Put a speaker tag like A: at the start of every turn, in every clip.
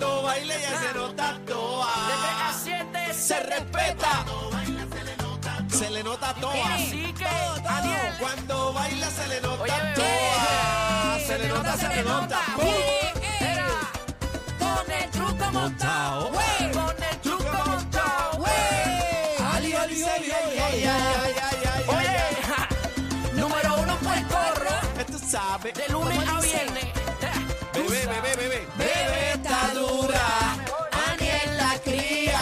A: ella se lo tatúa.
B: De 3 a 7
A: Se respeta. Se le nota toa.
B: Mira, así que,
A: Todo, todo.
B: Daniel.
A: Cuando baila se le nota
B: Oye, bebé.
A: toa. Se le nota, se le nota.
B: Eh, eh. Con el truco montado.
A: Wey.
B: Con el truco montado.
A: Ali, ali, ali, ali, ali, ali, ali, ali, ali.
B: Oye, ja. número uno fue el corro.
A: Ya tú sabes.
B: De lunes a
A: Como dice,
B: viernes. Ja.
A: Bebé, bebé, bebé. Bebé está dura. Aniel la cría.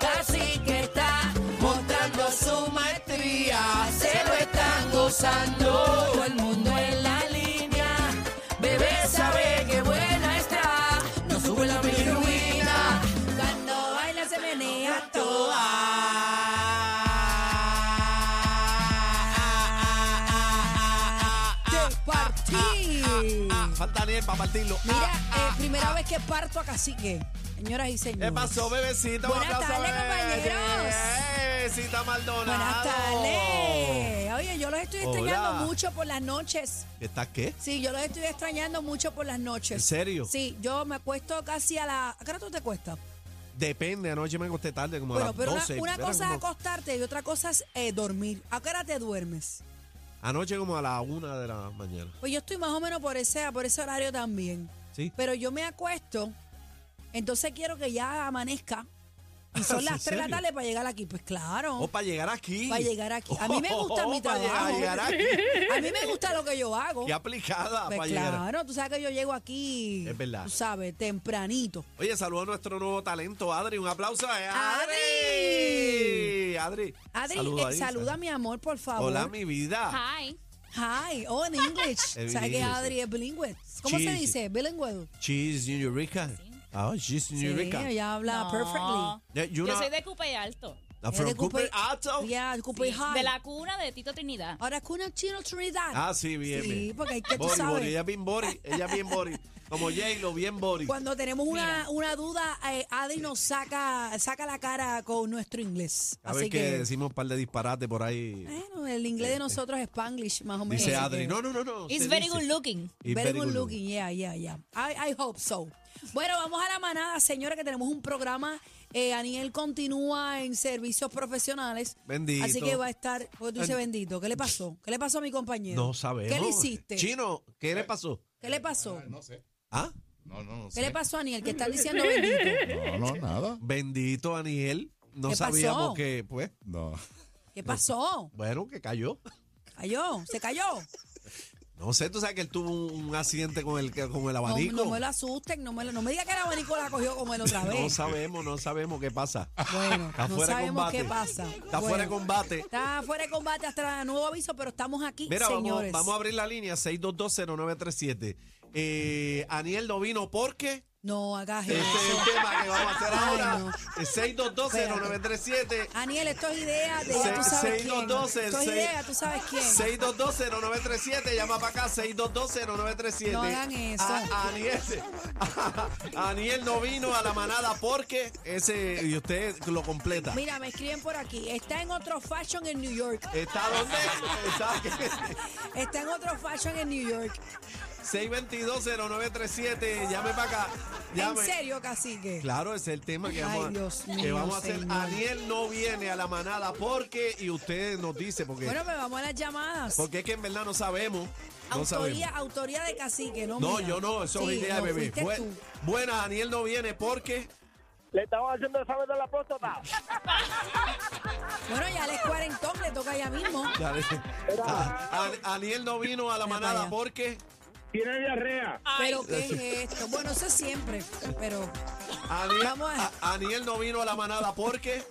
B: Casi que está.
A: Mostrando su maestría.
B: Se lo están gozando. Todo el mundo en la línea. Bebé sabe que buena está. No sube la bilirrubina. Cuando baila se menea todo. Ah,
C: Te partí.
A: Falta Daniel para partirlo.
C: Mira,
A: Ah,
C: eh,
A: ah,
C: primera
A: ah.
C: vez que parto a cacique, señoras y señores.
A: ¿Qué pasó, bebecita? Un
C: Buenas
A: aplauso,
C: tardes,
A: bebé.
C: compañeros.
A: Bebecita Maldonado.
C: Buenas tardes. Oye, yo los estoy extrañando
A: Hola.
C: mucho por las noches.
A: ¿Estás qué?
C: Sí, yo los estoy extrañando mucho por las noches.
A: ¿En serio?
C: Sí, yo me acuesto casi a la... ¿A qué hora tú te cuestas?
A: Depende, anoche me acosté tarde, como a
C: Bueno,
A: las
C: pero una,
A: 12.
C: una
A: Era
C: cosa es
A: como-
C: acostarte y otra cosa es eh, dormir. ¿A qué hora te duermes?
A: Anoche como a las 1 de la mañana.
C: Pues yo estoy más o menos por ese, por ese horario también.
A: ¿Sí?
C: Pero yo me acuesto, entonces quiero que ya amanezca. Y son
A: ¿En
C: las 3 de
A: serio?
C: la tarde para llegar aquí. Pues claro.
A: O para llegar aquí.
C: para llegar aquí. A mí me gusta mi
A: Oh, para
C: trabajo.
A: llegar aquí.
C: A mí me gusta lo que yo hago.
A: Qué aplicada
C: Pues
A: para llegar.
C: claro, tú sabes que yo llego aquí.
A: Es verdad.
C: Tú sabes, tempranito.
A: Oye, saludo a nuestro nuevo talento, Adri. Un aplauso a Adri. Adri.
C: Adri. Adri,
A: saluda
C: eh,
A: ahí,
C: saluda a mi amor, por favor.
A: Hola, mi vida.
D: Hi.
C: Hi, oh, en English.
A: En
C: ¿Sabes que
A: inglés,
C: Adri es bilingüe? ¿Cómo
A: Sí,
C: se
A: sí.
C: dice? Bilingüe.
A: She's New Rica. Oh, she's
C: Sí,
A: New Rica.
C: ella habla
D: No.
C: perfectly.
A: Yeah, you
D: Yo
A: know-
D: soy de Cupey Alto.
A: I'm
C: Ella
A: from
C: de Cooper-
A: Cooper Ah, Alto.
C: Yeah, Cooper
D: Sí,
C: High.
D: De la cuna de Tito Trinidad.
C: Ahora es una chino Trinidad.
A: Ah, sí, bien,
C: Sí,
A: bien.
C: porque hay que tú
A: Bori, Bori,
C: sabes.
A: ella es bien Bori, ella es bien Bori. Como J-Lo, bien Bori.
C: Cuando tenemos una,
D: Mira.
C: una duda, eh, Adri nos saca, saca la cara con nuestro inglés.
A: A
C: Así
A: ver que,
C: que,
A: decimos un par de disparates por ahí.
C: bueno, el inglés de nosotros es Spanglish, más o menos.
A: Dice
C: así
A: Adri,
C: que-
A: no, no, no, no.
D: It's
A: Oh, se
D: very
A: dice.
D: good looking.
A: It's
C: Very good looking, yeah, yeah, yeah. I, I hope so. Bueno, vamos a la manada, señores, que tenemos un programa. Eh, Aniel continúa en servicios profesionales.
A: Bendito.
C: Así que va a estar, porque tú dices
A: Ay.
C: bendito. ¿Qué le pasó? ¿Qué le pasó a mi compañero?
A: No sabemos.
C: ¿Qué le hiciste?
A: Chino, ¿qué le pasó?
C: ¿Qué le pasó?
E: No sé.
A: Ah,
E: No, no, no
C: ¿Qué
E: sé.
C: le pasó a Aniel? Que está diciendo bendito.
E: No, no, nada.
A: bendito Aniel. No
C: ¿Qué pasó?
A: sabíamos que, pues,
E: No.
C: ¿Qué pasó?
A: bueno, que cayó.
C: ¿Cayó? ¿Se cayó?
A: No sé, tú sabes que él tuvo un un accidente con el, con el
C: No,
A: abanico.
C: no me lo asusten, no me, lo- no me diga que el abanico la cogió como él otra
A: No
C: vez.
A: sabemos, no sabemos qué pasa.
C: bueno,
A: Está
C: no
A: fuera de
C: sabemos
A: combate.
C: qué pasa.
A: Está fuera de
C: Bueno,
A: combate.
C: Está fuera de combate hasta nuevo aviso, pero estamos aquí,
A: Mira, vamos,
C: señores.
A: vamos a abrir la línea 6220937. Eh, Aniel no vino porque
C: No hagas
A: este es el
C: eso.
A: tema que vamos a hacer
C: Ay,
A: ahora.
C: no.
A: Eh, 6220937.
C: Aniel, esto es idea de ya tú
A: Se-
C: sabes quién.
A: 622,
C: Esto es
A: seis-
C: idea, tú sabes quién.
A: 6220937, llama para acá, 6220937.
C: No hagan eso.
A: A- Aniel, Aniel no vino a la manada porque ese, y usted lo completa.
C: Mira, me escriben por aquí. Está en otro fashion en New York.
A: ¿Está dónde? Está-
C: Está en otro fashion en New York.
A: 6220937, llame para acá.
C: En
A: Llame.
C: serio, cacique.
A: Claro, ese es el tema que
C: Ay,
A: vamos, a-
C: Dios
A: que
C: mío,
A: vamos a hacer.
C: señor.
A: Aniel no viene a la manada porque, y usted nos dice, porque,
C: Bueno, pues vamos a las llamadas.
A: porque es que en verdad no sabemos. No
C: autoría,
A: sabemos.
C: autoría de cacique, no
A: No,
C: mía.
A: yo no, eso es
C: Sí,
A: idea
C: no,
A: de bebé.
C: fuiste
A: Bue-
C: tú.
A: Buena, Daniel no viene porque.
F: Le estamos haciendo examen de la próstata.
C: Bueno, ya les cuarentón, le toca ya mismo.
A: Ya le- Ah, An- Aniel no vino a la
C: Mira para
A: manada
C: allá.
A: porque.
F: Tiene diarrea.
C: Pero qué es esto. Bueno, eso es siempre, pero
A: Aniel,
C: Vamos a-
A: a- Aniel no vino a la manada porque.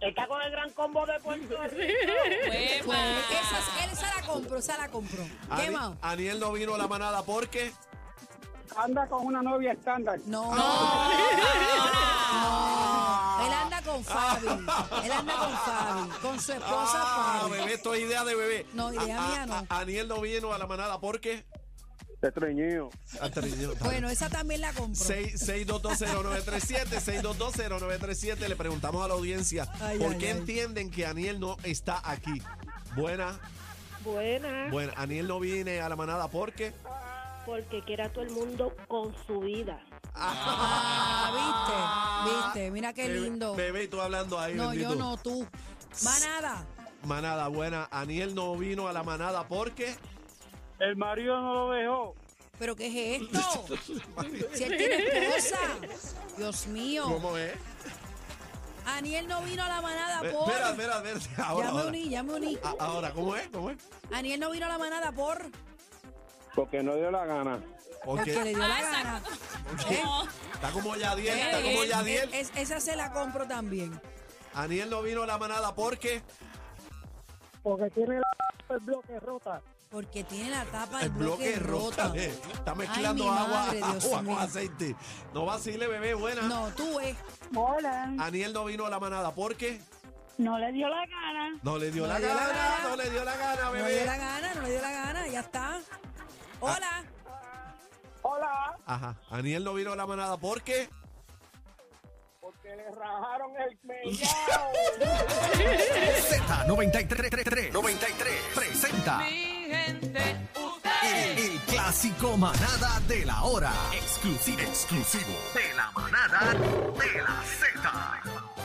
F: Está con el gran combo de Puerto Rico.
D: Hueva.
C: Pues, esa, él esa la compró, esa la compró. ¿Qué
A: Ani-
C: más?
A: Aniel no vino a la manada porque.
F: Anda con una novia estándar.
C: No. No. Él anda con Fabi. Él anda con Fabi. Con su esposa
A: Ah,
C: Fabi.
A: bebé, esto es idea de bebé.
C: No, idea
A: A- a-
C: mía no.
A: a- Aniel no vino a la manada porque.
F: Estreñido.
C: Bueno, esa también la compró.
A: 6220937, 6220937. Le preguntamos a la audiencia
C: Ay,
A: por
C: ay,
A: qué
C: ay.
A: entienden que Aniel no está aquí. Buena,
G: Buenas,
A: buena. Aniel no viene a la manada porque.
F: porque quiere a todo el mundo con su vida.
C: Ah, viste, viste, mira qué
A: Bebé-
C: lindo.
A: Bebé, y tú hablando ahí.
C: no,
A: bendito.
C: yo no, tú. Manada.
A: Manada buena. Aniel no vino a la manada porque.
E: El marido no lo dejó.
C: ¿Pero qué es esto? si él tiene esposa. Dios mío.
A: ¿Cómo es?
C: Aniel no vino a la manada
A: Eh,
C: Ah, por.
A: Espera, espera, espera. Ahora,
C: ya me
A: ahora.
C: uní, ya me uní.
A: A- ahora, ¿cómo es? ¿Cómo es?
C: Aniel no vino a la manada por.
E: Porque no dio la gana.
A: Porque
C: Que le dio la
D: Ah,
C: gana. ¿Eh?
D: No,
A: está como Yadiel, está
C: Eh,
A: como
C: eh,
A: Yadiel.
C: es- esa se la compro también.
A: Aniel no vino a la manada porque
E: Porque tiene la, el bloque rota.
C: Porque tiene la tapa
A: el
C: del
A: bloque es rota. eh. Está mezclando
C: mi
A: agua,
C: madre, Dios
A: agua
C: mío.
A: con aceite. No vacile, bebé, buena.
C: No, tú ves.
G: Hola,
A: Aniel no vino a la manada porque
G: no le dio la gana.
A: no le dio,
C: No
A: la,
C: le dio la
A: gana,
C: gana.
A: no le dio la gana,
C: No le dio
A: bebé.
C: la gana, no le dio la gana, ya está. Hola.
E: Hola,
A: Ajá. Aniel no vino a la manada porque
E: porque le rajaron el mellao.
H: Z93 93 presenta el, el clásico manada de la hora. Exclusivo. Exclusivo. De la manada de la Z.